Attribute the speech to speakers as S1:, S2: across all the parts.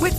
S1: With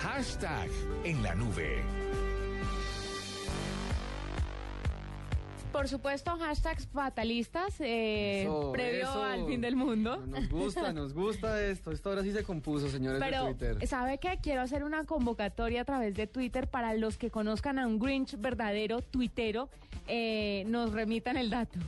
S2: Hashtag en la nube.
S3: Por supuesto, hashtags fatalistas, eh,
S4: Eso,
S3: previo
S4: eso.
S3: al fin del mundo.
S4: Nos gusta, nos gusta esto. Esto ahora sí se compuso, señores de
S3: Pero,
S4: Twitter.
S3: ¿sabe qué? Quiero hacer una convocatoria a través de Twitter para los que conozcan a un Grinch verdadero, tuitero, eh, nos remitan el dato.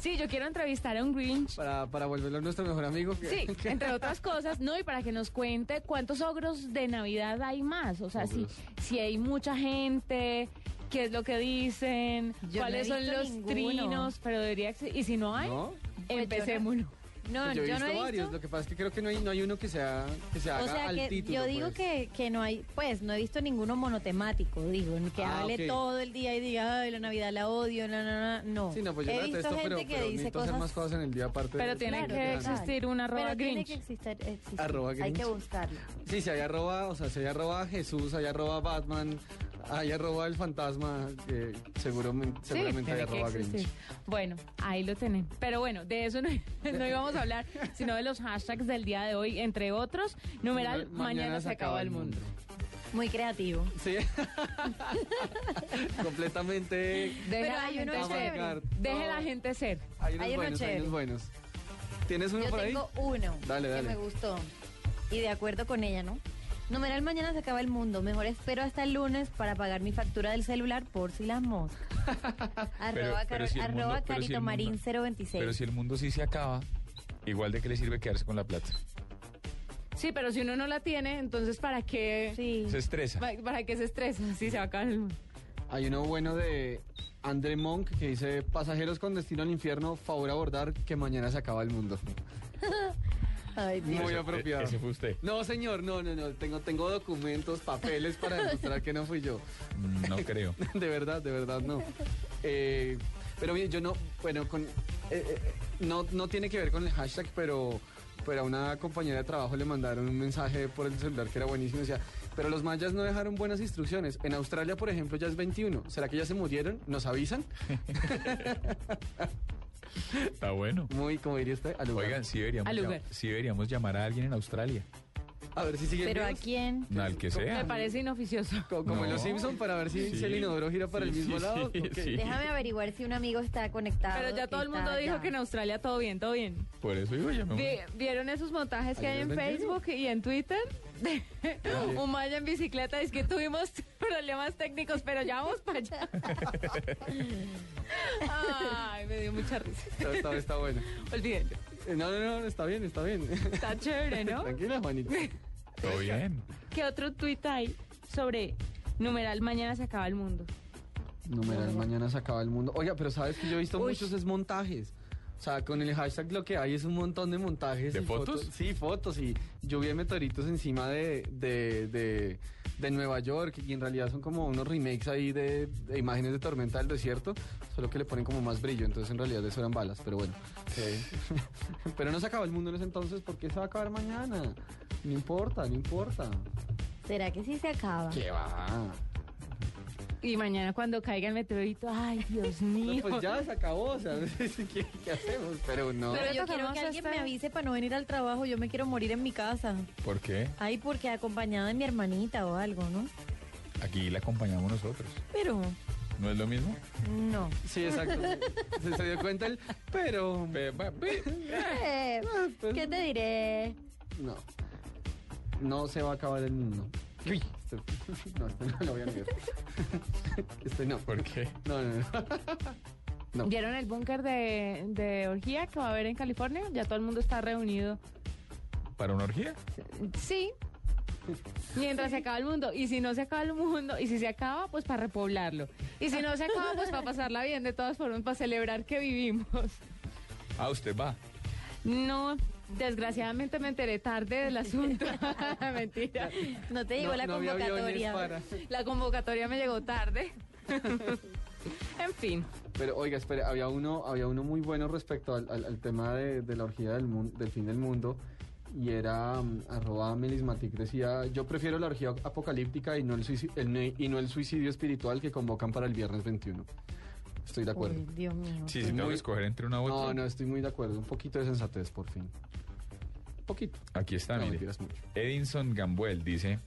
S3: Sí, yo quiero entrevistar a un Grinch.
S4: Para, para volverlo nuestro mejor amigo. que-
S3: Sí,
S4: que-
S3: entre otras cosas, ¿no? Y para que nos cuente cuántos ogros de Navidad hay más. O sea, si,
S4: Ogros.
S3: si hay mucha gente, qué es lo que dicen,
S5: Yo
S3: cuáles
S5: no
S3: son
S5: he visto
S3: los
S5: ninguno. Pues
S3: trinos, pero debería... exi- Y si no hay,
S4: ¿No?
S3: empecémoslo.
S5: No,
S4: yo
S5: yo,
S4: he visto
S5: no he visto.
S4: varios. Lo que pasa es que creo que no hay, no hay uno que sea, que se haga
S5: o sea,
S4: al
S5: que
S4: título.
S5: yo digo
S4: pues.
S5: que, que no hay, pues no he visto ninguno monotemático, digo, en que
S4: Ah,
S5: hable
S4: ok.
S5: todo el día y diga, ay, la Navidad la odio, no, no, no, no.
S4: Sí, no, pues yo
S5: he
S4: la
S5: visto
S4: detesto,
S5: gente
S4: pero,
S5: que
S4: pero
S5: dice
S4: necesito
S5: cosas.
S4: hacer más cosas en el día aparte.
S3: Pero
S4: de-
S3: tiene
S5: Claro,
S3: que
S5: total.
S3: existir un
S5: pero
S3: arroba
S5: tiene
S3: Grinch.
S5: que existir, existir.
S4: Arroba
S5: Hay que
S4: Grinch.
S5: buscarlo.
S4: Sí, si hay arroba, o sea, si hay arroba Jesús, hay arroba Batman, hay arroba el fantasma, que seguramente,
S3: Sí,
S4: seguramente hay
S3: tiene que
S4: arroba
S3: existir.
S4: Grinch.
S3: Bueno, ahí lo tienen. Pero bueno, de eso no, no íbamos a hablar, sino de los hashtags del día de hoy, entre otros. Numeral, mañana, se, acaba, el mundo.
S5: Muy creativo.
S4: Sí. Completamente.
S3: Deje
S5: Pero
S3: a la
S5: hay
S3: gente
S5: uno
S3: ser.
S4: chévere.
S3: Deje a la gente ser.
S4: Hay unos
S5: Hay uno
S4: buenos, hay
S5: chévere.
S4: unos buenos. ¿Tienes uno
S5: Yo
S4: por ahí?
S5: tengo uno
S4: Dale,
S5: que
S4: dale.
S5: me gustó y de acuerdo con ella, ¿no? Numeral mañana se acaba el mundo. Mejor espero hasta el lunes para pagar mi factura del celular por si las moscas. arroba
S6: pero
S5: caro-
S6: si el mundo-
S5: arroba
S6: pero si el
S5: carito marín
S6: mundo-
S5: 026.
S6: Pero si el mundo sí se acaba, igual de qué le sirve quedarse con la plata.
S3: Sí, pero si uno no la tiene, entonces ¿para qué,
S5: Sí.
S6: Se estresa.
S3: pa- para qué se estresa si se va a acabar el mundo?
S4: Hay uno bueno de André Monk que dice: Pasajeros con destino al infierno, favor abordar que mañana se acaba el mundo.
S5: Ay, Dios.
S4: Muy
S6: Ese-
S4: apropiado.
S6: Ese fue usted.
S4: No, señor, no, no, no. Tengo, tengo documentos, papeles para demostrar que no fui yo.
S6: No creo.
S4: De verdad, de verdad, no. Eh, pero bien, yo no, bueno, con, eh, eh, no, no tiene que ver con el hashtag, pero, pero a una compañera de trabajo le mandaron un mensaje por el celular que era buenísimo. Decía, pero los mayas no dejaron buenas instrucciones. En Australia, por ejemplo, ya es 21. ¿Será que ya se murieron? ¿Nos avisan?
S6: Está Ah, bueno.
S4: Muy, como diría usted, al lugar.
S6: Oigan, sí deberíamos,
S3: Al
S6: llam-
S3: Uber.
S6: sí deberíamos llamar a alguien en Australia.
S4: A ver si sigue
S5: Pero a
S4: vivos.
S5: quién.
S6: No, Al que sea.
S3: Me parece inoficioso.
S4: Co- Como en
S6: No.
S4: Los Simpson para ver si,
S6: Sí.
S4: si el inodoro gira para
S6: Sí,
S4: el mismo
S6: sí,
S4: lado.
S6: sí,
S4: Ok.
S6: sí.
S5: Déjame averiguar si un amigo está conectado.
S3: Pero ya todo
S5: que
S3: el mundo
S5: está
S3: dijo
S5: allá.
S3: que en Australia todo bien, todo bien.
S6: Por eso digo, llamemos.
S3: Vi- ¿Vieron esos montajes que
S4: Ahí
S3: hay en
S4: los vendí.
S3: Facebook y en Twitter? De un maya en bicicleta. Es que tuvimos problemas técnicos, pero ya vamos para allá. Ay, me dio mucha risa.
S4: Está, está- está bueno.
S3: Olvídenlo.
S4: Eh, No, no, no, está bien, está bien.
S3: Está chévere, ¿no?
S4: Tranquila, Juanita.
S6: Todo bien.
S3: ¿Qué otro tweet hay sobre numeral mañana se acaba el mundo?
S4: Numeral, mañana se acaba el mundo. Oiga, pero sabes que yo he visto
S5: Uy.
S4: muchos es montajes. O sea, con el hashtag lo que hay es un montón de montajes.
S6: ¿De
S4: y
S6: fotos?
S4: Sí, fotos y lluvia de meteoritos encima de, de, de- de Nueva York y en realidad son como unos remakes ahí de, de imágenes de tormenta del desierto, solo que le ponen como más brillo, entonces en realidad eso eran balas, pero bueno. eh, pero no se acaba el mundo en ese entonces, ¿por qué se va a acabar mañana? No importa, no importa.
S5: ¿Será que sí se acaba?
S4: ¿Qué va?
S3: Y mañana cuando caiga el meteorito, ay, Dios mío.
S4: Pues ya se acabó, o sea, ¿qué, qué hacemos? Pero no.
S5: Pero
S3: Pero
S5: yo quiero
S3: tocamos
S5: que alguien
S3: hasta-
S5: me avise para no venir al trabajo. Yo me quiero morir en mi casa.
S6: ¿Por qué?
S5: Ay, porque acompañada de mi hermanita o algo, ¿no?
S6: Aquí la acompañamos nosotros.
S5: Pero
S6: ¿No es lo mismo?
S5: no.
S4: Sí, exacto. se, se dio cuenta el pero.
S6: Pe- pa- pe-
S5: Eh,
S4: pues-
S5: ¿Qué te diré?
S4: No. No se va a acabar el mundo. Uy, este- no, este no lo voy a leer. Este no.
S6: ¿Por qué?
S4: No, no, no. No.
S3: ¿Vieron el búnker de, de orgía que va a haber en California? Ya todo el mundo está reunido.
S6: ¿Para una orgía?
S3: Sí. Mientras se acaba el mundo. Y si no se acaba el mundo, y si se acaba, pues para repoblarlo. Y si no se acaba, pues para pasarla bien, de todas formas, para celebrar que vivimos.
S6: Ah, usted va.
S3: No, Desgraciadamente me enteré tarde del asunto. Mentira.
S5: No te llegó
S4: No-
S5: la
S4: no había aviones
S5: convocatoria.
S4: para-
S3: La convocatoria me llegó tarde. en fin.
S4: Pero oiga, espere, había uno, había uno muy bueno respecto al, al- al tema de, de la orgía del, mun- del fin del mundo. Y era mm, arroba melismatic, decía, yo prefiero la orgía apocalíptica y no el, suici- el ne- y no el suicidio espiritual que convocan para el viernes 21. Estoy de acuerdo.
S5: Uy, Dios mío.
S6: Sí, si tengo que
S4: Muy-
S6: escoger entre una u otra.
S4: No, no, estoy muy de acuerdo. Un poquito de sensatez, por fin. Un poquito.
S6: Aquí está,
S4: No,
S6: Ah, mire.
S4: mentiras, mucho.
S6: Edinson Gambuel dice,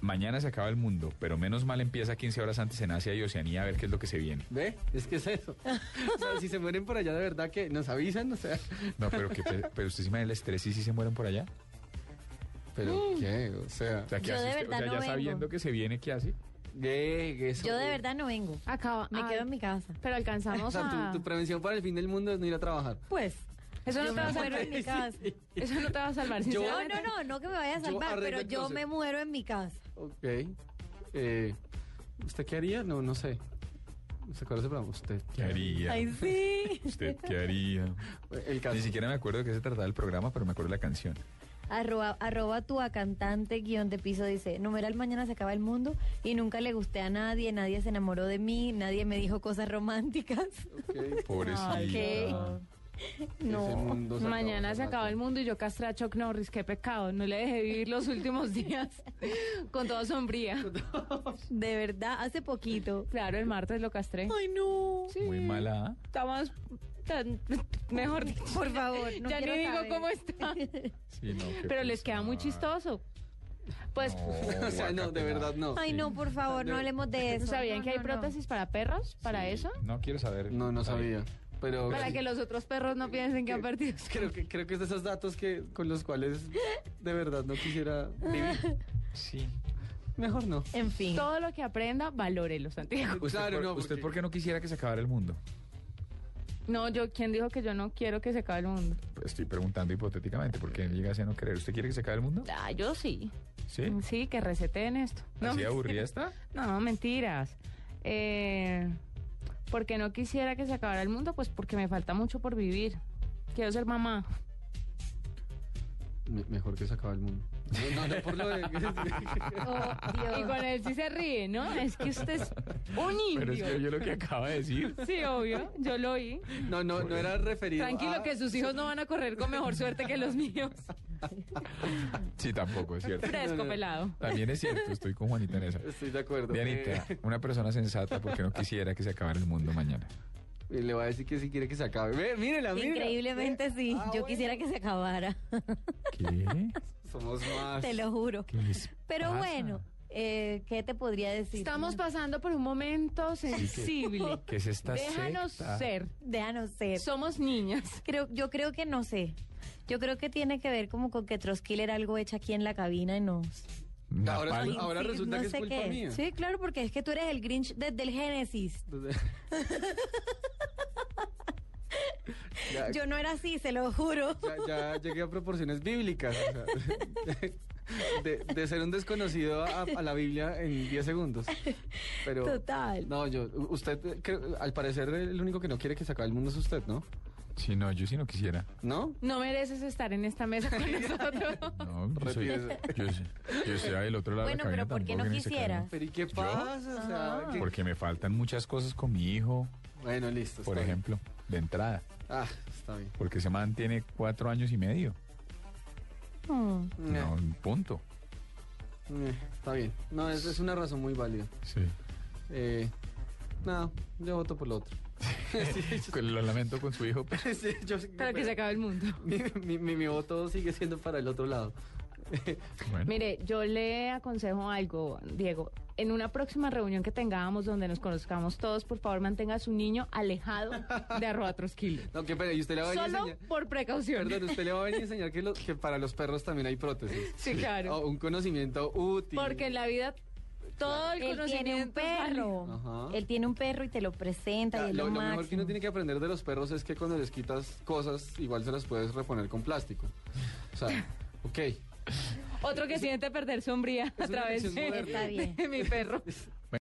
S6: mañana se acaba el mundo, pero menos mal empieza 15 horas antes en Asia y Oceanía a ver qué es lo que se viene.
S4: ¿Ve? Es que es eso. O sea, si se mueren por allá, de verdad que nos avisan, o sea.
S6: No, pero, que, pero usted se imagina el estrés y si se mueren por allá.
S4: Pero, ¿qué? O sea,
S6: O sea, ¿qué
S5: Yo
S6: hace
S5: de
S6: usted?
S5: verdad
S6: o sea,
S5: no
S6: ya
S5: vengo.
S6: sabiendo que se viene, ¿qué hace?
S4: ¿qué? ¿Qué eso?
S5: Yo de verdad no vengo.
S3: Acaba.
S5: Me
S3: ay,
S5: quedo en mi casa.
S3: Pero
S4: O
S3: alcanzamos
S4: sea,
S3: a.
S4: tu, tu prevención para el fin del mundo es no ir a trabajar.
S5: Pues.
S3: Eso no
S5: yo
S3: te va a
S5: me muero
S3: salvar.
S5: en mi casa.
S3: Eso no te va a salvar.
S4: Yo-
S5: No,
S3: sinceramente.
S5: no, no, no que me vaya a
S4: Yo
S5: salvar,
S4: arreglo
S5: pero
S4: el
S5: yo
S4: closet.
S5: me muero en mi casa.
S4: Ok. Eh, ¿Usted qué haría? No, no sé. ¿Se acuerda ese programa? Usted.
S6: ¿Qué haría?
S5: Ay, sí.
S6: ¿Usted qué haría?
S4: El caso.
S6: Ni siquiera me acuerdo de qué se trataba el programa, pero me acuerdo de la canción.
S5: Arroba, arroba tu a cantante guión de piso dice, numeral mañana se acaba el mundo y nunca le gusté a nadie, nadie se enamoró de mí, nadie me dijo cosas románticas.
S4: Ok.
S6: Pobrecita.
S5: ok.
S4: Ese
S5: No.
S4: mundo se
S3: Mañana
S4: acabó,
S3: se acaba el mundo y yo castré a Chuck Norris. Qué pecado. No le dejé vivir los últimos días con toda sombría.
S5: De verdad, hace poquito.
S3: Claro, el martes lo castré.
S5: Ay, no.
S3: Sí.
S6: Muy mala. ¿ah?
S3: Está más. tan- mejor dicho.
S5: Por favor, no
S3: ya ni
S5: quiero
S3: digo
S5: saber.
S3: cómo está.
S6: Sí, no, qué
S3: Pero les queda muy
S6: pesar.
S3: chistoso. Pues,
S6: No,
S4: O sea, no, de
S6: guácatela.
S4: verdad no.
S5: Ay, no, por favor, no hablemos de eso.
S3: ¿sabían que hay prótesis
S5: prótesis?
S3: para perros? ¿Para
S6: Sí.
S3: eso?
S6: No quiero saber.
S4: No, no sabía. Pero
S3: Para que los otros perros no piensen que han perdido.
S4: creo que creo que es de esos datos que con los cuales de verdad no quisiera vivir.
S6: Sí.
S4: Mejor no.
S5: En fin.
S3: Todo lo que aprenda, valórelo, Santiago.
S6: ¿Usted,
S4: Pues Claro,
S6: por,
S4: no,
S6: ¿Usted
S4: porque-
S6: por qué no quisiera que se acabara el mundo?
S3: No, yo, ¿quién dijo que yo no quiero que se acabe el mundo?
S6: Pues Estoy preguntando hipotéticamente, ¿por qué llegase a no querer? ¿Usted quiere que se acabe el mundo?
S3: Ah, yo sí.
S6: Sí.
S3: Sí, que reseteen esto.
S6: ¿Así
S3: mentira.
S6: aburrida está?
S3: No, mentiras. Eh, porque no quisiera que se acabara el mundo, pues porque me falta mucho por vivir. Quiero ser mamá.
S4: Me- mejor que se acaba el mundo. No, no, no por lo de.
S5: Oh, Dios.
S3: Y con él sí se ríe, ¿no? Es que usted es un
S6: Pero es
S3: indio.
S6: que yo lo que acaba de decir.
S3: Sí, obvio, yo lo oí.
S4: No, no, no era referido.
S3: Tranquilo
S4: a-
S3: que sus hijos no van a correr con mejor suerte que los míos.
S6: Sí, tampoco, es cierto.
S3: Fresco pelado.
S6: También es cierto, estoy con Juanita en esa.
S4: Estoy de acuerdo.
S6: Dianita,
S4: Eh,
S6: una persona sensata porque no quisiera que se acabara el mundo mañana.
S4: y le va a decir que si quiere que se acabe. Ve, mírela, mírela.
S5: Increíblemente sí. yo quisiera que se acabara.
S6: ¿Qué?
S4: Somos más.
S5: te lo juro. Pero
S6: pasa?
S5: bueno, eh, ¿qué te podría decir?
S3: Estamos pasando por un momento sensible.
S6: ¿Qué es esta
S3: Déjanos
S6: secta?
S3: ser.
S5: Déjanos ser.
S3: Somos niñas.
S5: Creo, yo creo que no sé. Yo creo que tiene que ver como con que Trotsky era algo hecho aquí en la cabina y nos...
S6: Una
S4: Ahora,
S6: pal-
S4: ahora
S5: Sí,
S4: resulta
S5: no
S4: que es
S5: sé
S4: culpa
S5: qué.
S4: mía.
S5: Sí, claro, porque es que tú eres el Grinch desde el Génesis.
S4: Entonces- ya,
S5: Yo no era así, se lo juro.
S4: ya- ya llegué a proporciones bíblicas. o sea, de, de ser un desconocido a, a la Biblia en 10 segundos. Pero,
S5: Total.
S4: No, yo, u- usted, eh, creo- al parecer, el único que no quiere que se acabe el mundo es usted, ¿no?
S6: Sí, no, yo sí no quisiera.
S4: ¿No?
S3: No mereces estar en esta mesa con nosotros.
S6: No, yo soy,
S4: Retírese.
S6: yo, soy- yo soy del otro lado de la
S5: Bueno,
S6: cabina
S5: pero ¿por qué
S6: tampoco
S5: no
S6: en ese
S5: quisieras?
S6: caso.
S4: Pero ¿y qué pasa? O
S3: Ah.
S4: sea, ¿qué-
S6: Porque me faltan muchas cosas con mi hijo,
S4: Bueno, listo.
S6: por
S4: está bien.
S6: ejemplo, de entrada.
S4: Ah, está bien.
S6: Porque se mantiene cuatro años y medio.
S5: Hmm.
S6: No, punto.
S4: Eh, Está bien. No, es, es una razón muy válida.
S6: Sí.
S4: Eh, no, yo voto por lo otro.
S6: Lo lamento con su hijo, pero
S4: Sí, yo-
S3: Para que se acabe el mundo.
S4: mi, mi- mi- mi voto sigue siendo para el otro lado.
S6: bueno.
S3: Mire, yo le aconsejo algo, Diego. En una próxima reunión que tengamos donde nos conozcamos todos, por favor mantenga a su niño alejado de arroba Trotskilo.
S4: No, que pena, y usted le va a venir a
S3: Solo
S4: enseñar.
S3: por precaución.
S4: Perdón, usted le va a venir a enseñar que, lo- que para los perros también hay prótesis.
S3: Sí, claro.
S4: O un conocimiento útil.
S3: Porque en la vida todo el
S5: Él tiene un
S3: conocimiento es válido.
S5: perro.
S4: Ajá.
S5: Él tiene un perro y te lo presenta
S4: Ya,
S5: y es
S4: lo,
S5: lo,
S4: lo mejor que uno
S5: máximo.
S4: tiene que aprender de los perros es que cuando les quitas cosas, igual se las puedes reponer con plástico. O sea, ok.
S3: Otro que siente perder sombría a
S4: una
S3: través
S4: lección
S3: de,
S4: moderna.
S5: Está bien.
S3: de mi perro.